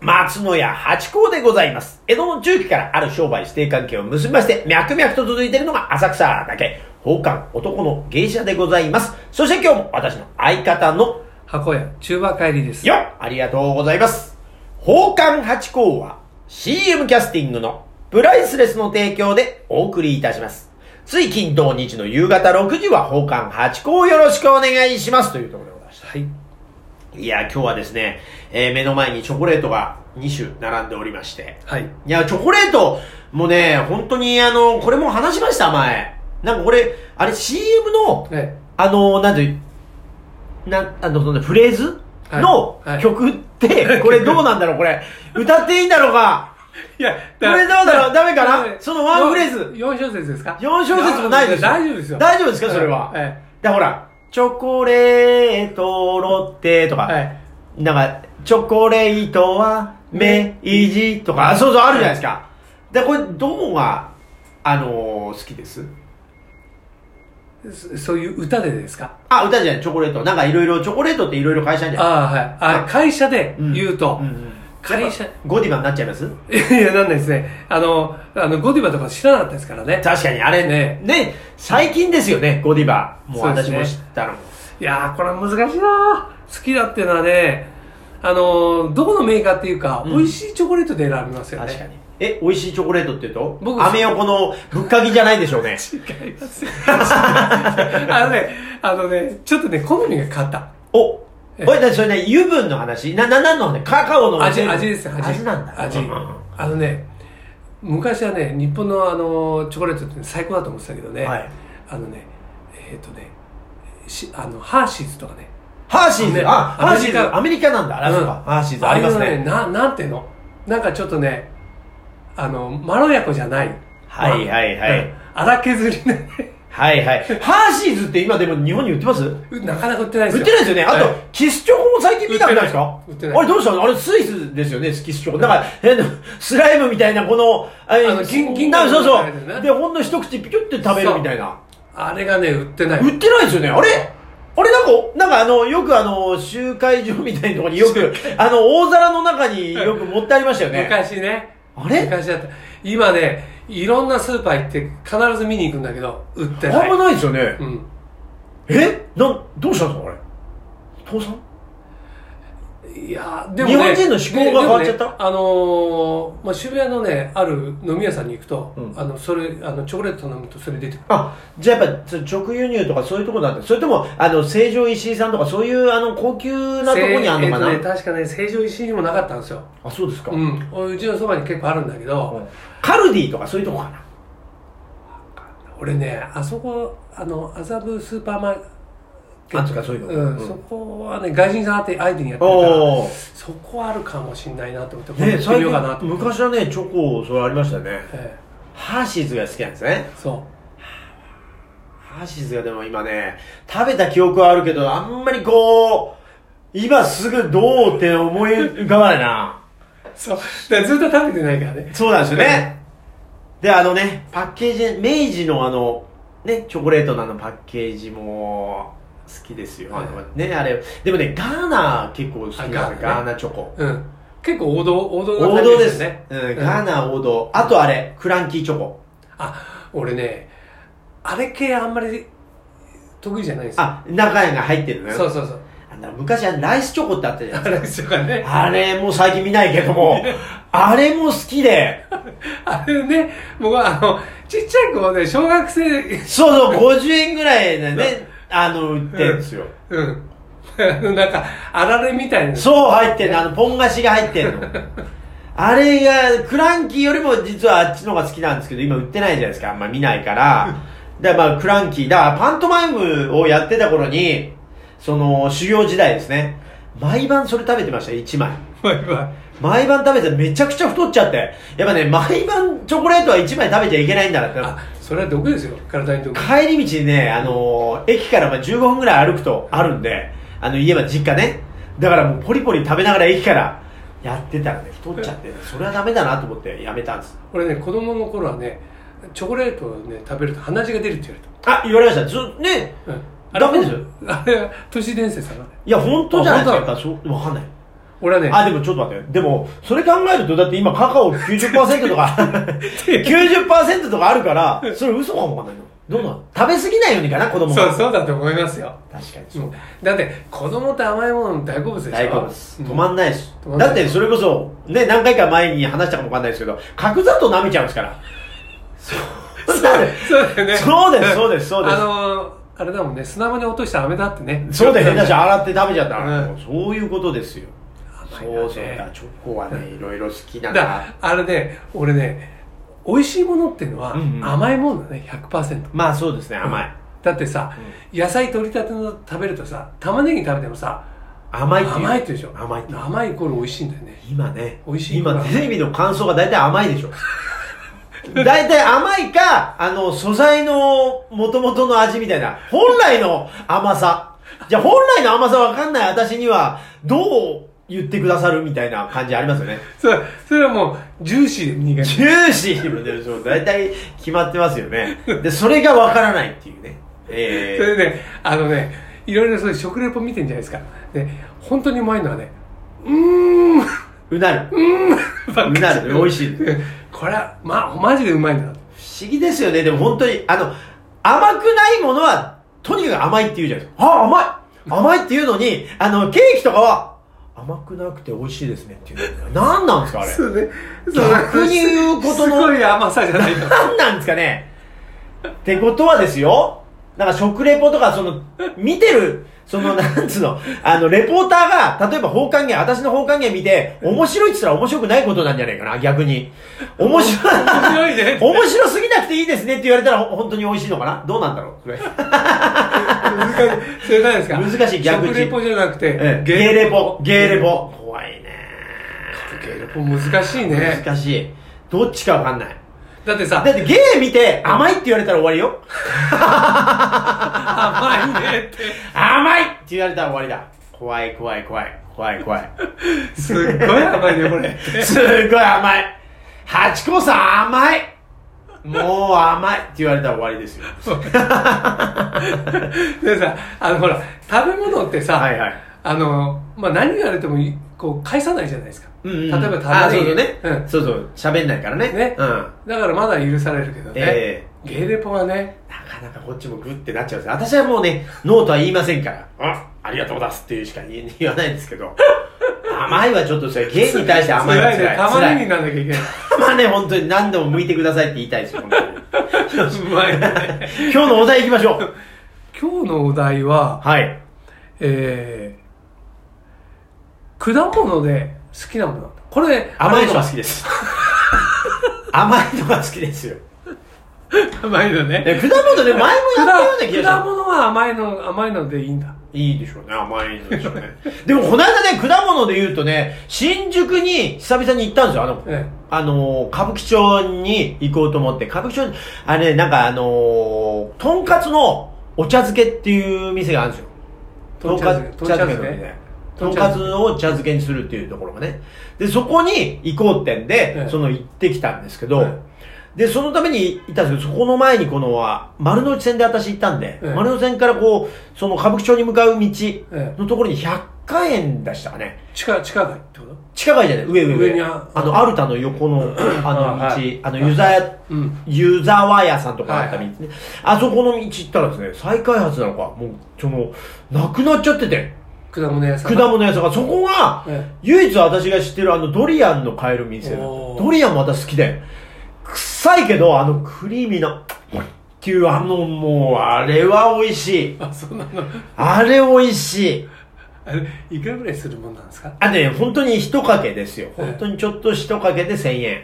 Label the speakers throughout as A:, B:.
A: 松野屋八甲でございます。江戸の中期からある商売指定関係を結びまして、脈々と続いているのが浅草だけ、宝冠男の芸者でございます。そして今日も私の相方の
B: 箱屋中和帰りです。
A: よありがとうございます。宝冠八甲は CM キャスティングのプライスレスの提供でお送りいたします。つい金土日の夕方6時は宝冠八甲をよろしくお願いしますというところでございました。はい。いや、今日はですね、えー、目の前にチョコレートが2種並んでおりまして。
B: はい。
A: いや、チョコレート、もね、本当にあの、これも話しました、前。なんかこれ、あれ CM の、はい、あの、なんて、な、あの、そのフレーズの曲って、はいはい、これどうなんだろう、これ。歌っていいんだろうか。いや、これどうだろうダメかなそのワンフレーズ。
B: 4小節ですか
A: ?4 小節もないです
B: 大丈夫ですよ。
A: 大丈夫ですかそれは。はい。で、ほら、チョコレートロッテとか、はい、なんか、チョコレートは明治とか、そうそうあるじゃないですか。で、これ、どこが、あのー、好きです
B: そういう歌でですか
A: あ、歌じゃない、チョコレート。なんかいろいろ、チョコレートっていろいろ会社じゃない
B: ああ、はい。あ会社で言うと、うんうんうん
A: 会社。ゴディバになっちゃいます
B: いや、なんないですね。あの、あの、ゴディバとか知らなかったですからね。
A: 確かに、あれね。ね、最近ですよね、ゴディバ。もう私も知ったのも。
B: いやー、これは難しいな好きだっていうのはね、あの、どこのメーカーっていうか、美味しいチョコレートで選びますよね。
A: 確かに。え、美味しいチョコレートって言うと僕、アメ横のぶっかけじゃないでしょうね。
B: 違いますよ。 あのね、あのね、ちょっとね、好みが変わった。
A: おおい、だそれね、油分の話な、な、なんの話カカオの
B: 味。味です、味。
A: 味なんだ。
B: 味。あのね、昔はね、日本のあの、チョコレートって最高だと思ってたけどね、はい、あのね、えっ、ー、とね、しあの、ハーシーズとかね。
A: ハーシーズね、あ、ハーシーズ。アメリカなんだ、あれ、うん、ハーシーズありますね。
B: ねな、なんていうのなんかちょっとね、あの、まろやかじゃない。
A: はいはいはい。
B: 荒、うん、削りね。
A: はいはい。 ハーシーズって今でも日本に売ってます
B: なかなか売ってないで
A: よ。
B: す
A: 売ってないですよね。あと、はい、キスチョコも最近見たくないですか売ってない。あれどうしたのあれスイスですよね、キスチョコ。だから、変 な、スライムみたいな、この、
B: あの、金、金、
A: ね、そうそう。で、ほんの一口ピキュって食べるみたいな。
B: あれがね、売ってない。
A: 売ってないですよね。あれあれなんか、なんかあの、よくあの、集会場みたいなところによく、あの、大皿の中によく持ってありましたよね。
B: 昔ね。
A: あれ。
B: 昔だった。今ね、いろんなスーパー行って必ず見に行くんだけど、売ってない
A: あんまないですよね。うん。えな、どうしたんですか、あれ。倒産
B: いや
A: でも、ね、日本人の思考が変わっちゃった、ね、
B: あのー、まあ、渋谷のね、ある飲み屋さんに行くと、うん、あの、それ、あの、チョコレート頼むとそれ出てくる。
A: あ、じゃあやっぱ、直輸入とかそういうとこなんだ。それとも、あの、成城石井さんとかそういう、あの、高級なとこにあるのかな、
B: えー、ね、確かね、成城石井にもなかったんですよ。
A: あ、そうですか。
B: うん。うちのそばに結構あるんだけど、うん、
A: カルディとかそういうとこかな
B: 俺ね、あそこ、あの、麻布スーパーマーケット、
A: あとかそういう
B: の、うん、そこはね外人さんって相手にやってるからそこはあるかもしれないなと思って、
A: ね、これようかなと昔はねチョコそれありましたね、えー、ハーシーズが好きなんですね
B: そう
A: ハーシーズがでも今ね食べた記憶はあるけどあんまりこう今すぐどうって思い浮かばないな
B: そうだずっと食べてないからね
A: そうなんですよね、であのねパッケージ明治のあのねチョコレートのあのパッケージも好きですよ、はい、ねあれでもねガーナ結構好きなの、ね、ガーナチョコ、
B: うん、結構王道王道
A: 王道ですね、うん、うん、ガーナ王道あとあれクランキーチョコ
B: あ俺ねあれ系あんまり得意じゃないです
A: あ中にが入ってるのよ
B: そうそう そう
A: 昔はライスチョコってあったじゃない
B: ですか。ライスチョコね。
A: あれも最近見ないけども、 あれも好きで。
B: あれね、僕はあの、ちっちゃい子ね、小学生。
A: そうそう、50円ぐらいでね、あの、売ってるんですよ。
B: うん。 うん、なんか、あられみたい な。
A: そう入ってるの。あの、ポン菓子が入ってるの。あれが、クランキーよりも実はあっちの方が好きなんですけど、今売ってないじゃないですか。あんま見ないから。だからまあ、クランキー。だから、パントマイムをやってた頃に、その、修行時代ですね。毎晩それ食べてました、1枚。
B: 毎 晩。
A: 毎晩食べてめちゃくちゃ太っちゃって。やっぱね、毎晩チョコレートは1枚食べちゃいけないんだって。
B: それは毒ですよ、体に毒。
A: 帰り道にね、あのー、駅からまあ15分ぐらい歩くとあるんで、あの、家は実家ね。だからもうポリポリ食べながら駅からやってたらね、太っちゃって、それはダメだなと思ってやめたんです。
B: 俺ね、子供の頃はね、チョコレートをね、食べると鼻血が出るって言われ
A: た。あ、言われました。ず、ね、うん、ダメですよ。
B: あれ、都市伝説だな。
A: いや、本当じゃないですか。そう、わかんない。
B: 俺はね
A: あ、でもちょっと待って。でも、それ考えると、だって今カカオ90%とか、90%とかあるから、それ嘘かもわかんないの。どうなの食べ過ぎないようにかな、子供
B: そう
A: が。
B: そうだと思いますよ、
A: 確かに
B: う
A: そう。
B: んだって子供って甘いもの大好物でしょ
A: 大好物。止
B: う
A: ま
B: ん
A: んないし
B: 止ま。んない
A: だってそれこそ、ね、何回か前に話したかもわかんないですけど、角砂糖舐めちゃうんですから。 そう。
B: そうだよね
A: そうですそうですそうです
B: あのーあれだもんね砂場に落とした飴だってね
A: そうだよ、下手し
B: ゃ
A: 洗って食べちゃったら、
B: うん
A: そういうことですよ。
B: 甘いな
A: そうそう
B: ね
A: だ、チョコはね、いろいろ好きだ
B: だ
A: から。
B: あれね俺ね美味しいものっていうのは
A: うんうん
B: 甘いものだね100%
A: まあそうですね、甘い。
B: だってさ、野菜取りたての食べるとさ玉ねぎ食べてもさ
A: 甘いっていう。
B: 甘いって言うでしょ
A: 甘いっていう
B: 甘いイコール美味しいんだよね
A: 今ね、
B: 美味しい
A: 今テレビの感想が大体甘いでしょ。 大体甘いか、あの、素材の元々の味みたいな、本来の甘さ。じゃあ本来の甘さわかんない私には、どう言ってくださるみたいな感じありますよね。
B: それそれはもうジューシーで苦い
A: ジューシーみたいな、そう大体決まってますよね。で、それがわからないっていうね。え
B: そ
A: ー
B: れでねあのねいろいろそういう食レポ見てんじゃないですかで本当にうまいのはねうーん
A: うなる。
B: ばっかり
A: うなる美味しい
B: うんこれはまマジでうまいんだ
A: 不思議ですよね。でも本当に、あの、甘くないものは、とにかく甘いって言うじゃないですか。あ、甘い 甘いって言うのに、あの、ケーキとかは、甘くなくて美味しいですねっていう。何なんですか、あれ。
B: そうね
A: 逆に言うことの
B: すごい甘さじゃないと
A: 何なんですかね。ってことはですよ、なんか食レポとか、その、見てる、その、なんつうの、あの、レポーターが、例えば放還源、私の放還源見て、面白いって言ったら面白くないことなんじゃないかな、逆に。面白い。
B: 面白いね
A: 面白すぎなくていいですねって言われたらほ本当に美味しいのかなどうなんだろうそ れ
B: 難しいそれ何ですか
A: 難しい逆に
B: 食レポじゃなくて、
A: ええゲーレポ。ゲーレポ。怖いね。
B: ゲーレポ難しいね
A: 難しい。どっちかわかんない。
B: だってさ
A: だってゲー見て甘いって言われたら終わりよ。
B: 甘いねって
A: 甘いって言われたら終わりだ。怖い怖い怖い。怖い怖い。
B: すっごい甘いねこれ
A: すごい甘い。ハチ公さん甘い。もう甘いって言われたら終わりですよ。
B: でさあのほら食べ物ってさ、
A: はいはい
B: あのまあ何があれてもいこう返さないじゃないですか、
A: うんうん、
B: 例えば食べ
A: あそうそう
B: 物
A: ね、
B: うん、
A: そうそう。喋んないからね。
B: ね
A: うん。
B: だからまだ許されるけどね、
A: え
B: ゲーレポはね
A: なかなかこっちもグッてなっちゃうんですよ私はもうね、ノーとは言いませんから、あ、ありがとうございますっていうしか言え言わないんですけど、 甘いはちょっとそれ、芸に対して甘いは
B: 辛い
A: 辛
B: ね
A: い。辛い。
B: 玉ねぎになんなきゃいけない
A: まあね、本当に何でも向いてくださいって言いたいですよ、本 当に
B: うまいね
A: 今日のお題行きましょう。
B: 今日のお題は
A: はい。
B: えー、果物で好きなものだとこれ
A: 甘いのが好きです。甘いのが好きですよ。
B: 甘いのね
A: え果物ね、前もやったような気がし
B: 果
A: ま
B: 物は甘いの甘いのでいいんだ
A: すいいでしょうね、甘いのでしょうね。でも、この間ね、果物で言うとね、新宿に久々に行ったんですよ、あの子。
B: ね
A: あのー、歌舞伎町に行こうと思って、歌舞伎町に、あれ、なんかあのー、とんかつのお茶漬けっていう店があるんですよ。
B: とんかつ
A: とんかつ茶漬けのね。とんかつを茶漬けにするっていうところがね。で、そこに行こうってんで、
B: ええ
A: その行ってきたんですけど、
B: え
A: で、そのために行ったんですけど、そこの前にこのは、丸の内線で私行ったんで、
B: ええ
A: 丸の内線からこう、その歌舞伎町に向かう道
B: え
A: のところに100回円出したかね。
B: 地下地下街ってこと
A: 地下街じゃない上上上
B: 上にあ
A: あのアルタの横 のあの道
B: あ
A: あ,、
B: はい
A: の湯沢屋
B: うん
A: 湯沢屋さんとかあった道
B: はい
A: ね、あそこの道行ったらですね再開発なのかもうそのなくなっちゃってて
B: 果物屋さ
A: 果
B: ん
A: 物屋さんがそこが
B: え
A: 唯一私が知ってるあのドリアンの買える店だった
B: おー
A: ドリアンも私好きで臭いけどあのクリーミーなっていうあのもうあれは美味しい
B: あそうなの
A: あれ美味しい
B: あれいくらぐらいするもんなんですか
A: あね、本当に一かけですよ。
B: はい
A: 本当にちょっと一かけで1000円。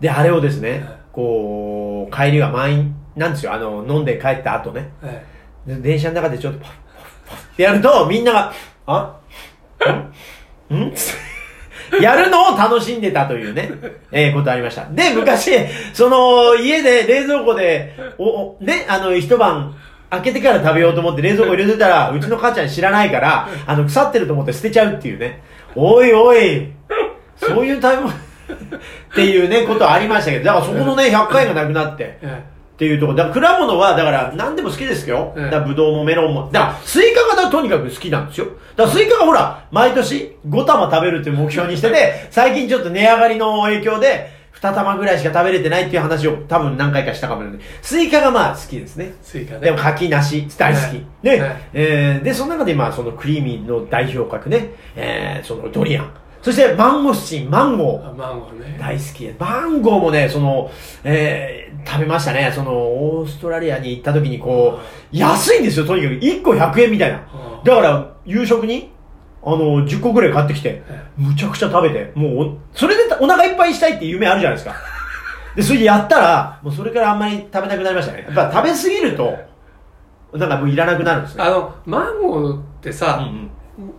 A: で、あれをですね
B: はい、
A: こう、帰りは満員なんですよ。あの、飲んで帰った後ね。
B: え
A: で電車の中でちょっとパフパフパフってやると、みんなが、あんんつってやるのを楽しんでたというね、えーことありました。で、昔、その、家で冷蔵庫で、お、おね、あの、一晩、開けてから食べようと思って冷蔵庫入れてたら、うちの母ちゃん知らないから、あの、腐ってると思って捨てちゃうっていうね。おいおい、そういう食べ物、っていうね、ことありましたけど、だからそこのね、100回がなくなって、
B: ええ
A: っていうところ。だから果物は、だから何でも好きですよ。
B: ええ
A: だからブドウもメロンも。だからスイカがだからとにかく好きなんですよ。だからスイカがほら、毎年5玉食べるっていう目標にして て、最近ちょっと値上がりの影響で、2玉ぐらいしか食べれてないっていう話を多分何回かしたかもしれない。スイカがまあ好きですね。
B: スイカね
A: でも柿なし大好き。
B: はい
A: ね、
B: はい
A: えーで、その中で今、そのクリーミーの代表格ね、えーそのドリアン。そしてマンゴスチン、マンゴー。
B: あマンゴーね
A: 大好きでマンゴーもね、その、えー食べましたね。その、オーストラリアに行った時にこう、安いんですよ、とにかく。1個100円みたいな。
B: うん
A: だから、夕食に、あの、10個ぐらい買ってきて、むちゃくちゃ食べて、もうお、それでお腹いっぱいしたいっていう夢あるじゃないですか。で、それでやったら、もうそれからあんまり食べなくなりましたね。やっぱ食べすぎると、なんかもういらなくなるんですね。
B: あのマンゴーって
A: うんう
B: さ、
A: ん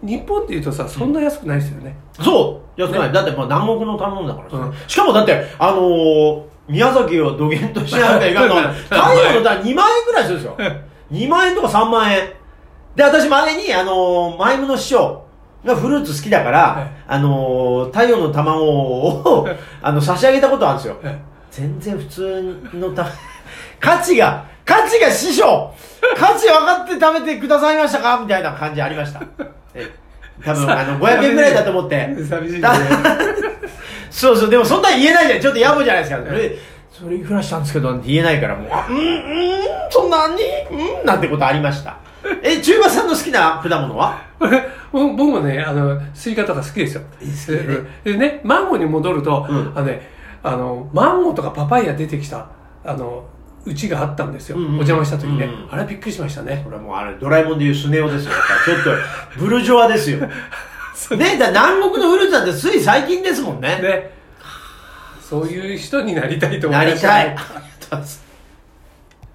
B: 日本っていうとさそんな安くないですよね、
A: そう安くない、
B: ね
A: だってもう南国の食べ物だからさ、
B: うん
A: しかもだって、あのー、宮崎をどげんとしながら行かんと
B: はい
A: 太陽のだ2万円ぐらいするんですよ
B: はい
A: 2万円とか3万円で私前に、あのー、マイムの師匠がフルーツ好きだから、
B: はい
A: あのー、太陽の卵をあの差し上げたことあるんですよ
B: え
A: 全然普通のた 価値が価値が師匠価値分かって食べてくださいましたかみたいな感じありましたえ多分あの500円ぐらいだと思って
B: 寂しいね
A: だそうそうでもそんなん言えないじゃんちょっと野暮じゃないですかそ
B: え
A: れそれいくらしたんですけどなんて言えないからもうあうんうんそんなにうんなんてことありましたえ中馬さんの好きな果物は
B: 俺僕僕もねあのスイカとか好きですよ
A: ですよね
B: でねマンゴーに戻ると、
A: うん
B: あのねあのマンゴーとかパパイヤ出てきたあのうちがあったんですよ、
A: うんうん
B: お邪魔した時ね、
A: うん
B: あれびっくりしましたね
A: これはもうあれドラえもんでいうスネ夫ですよちょっとブルジョワ ですよねだ南国のフルーツなんてつい最近ですもんね
B: ねそういう人になりたいと思
A: ないり
B: ました
A: たい。
B: ね
A: ありがとうございます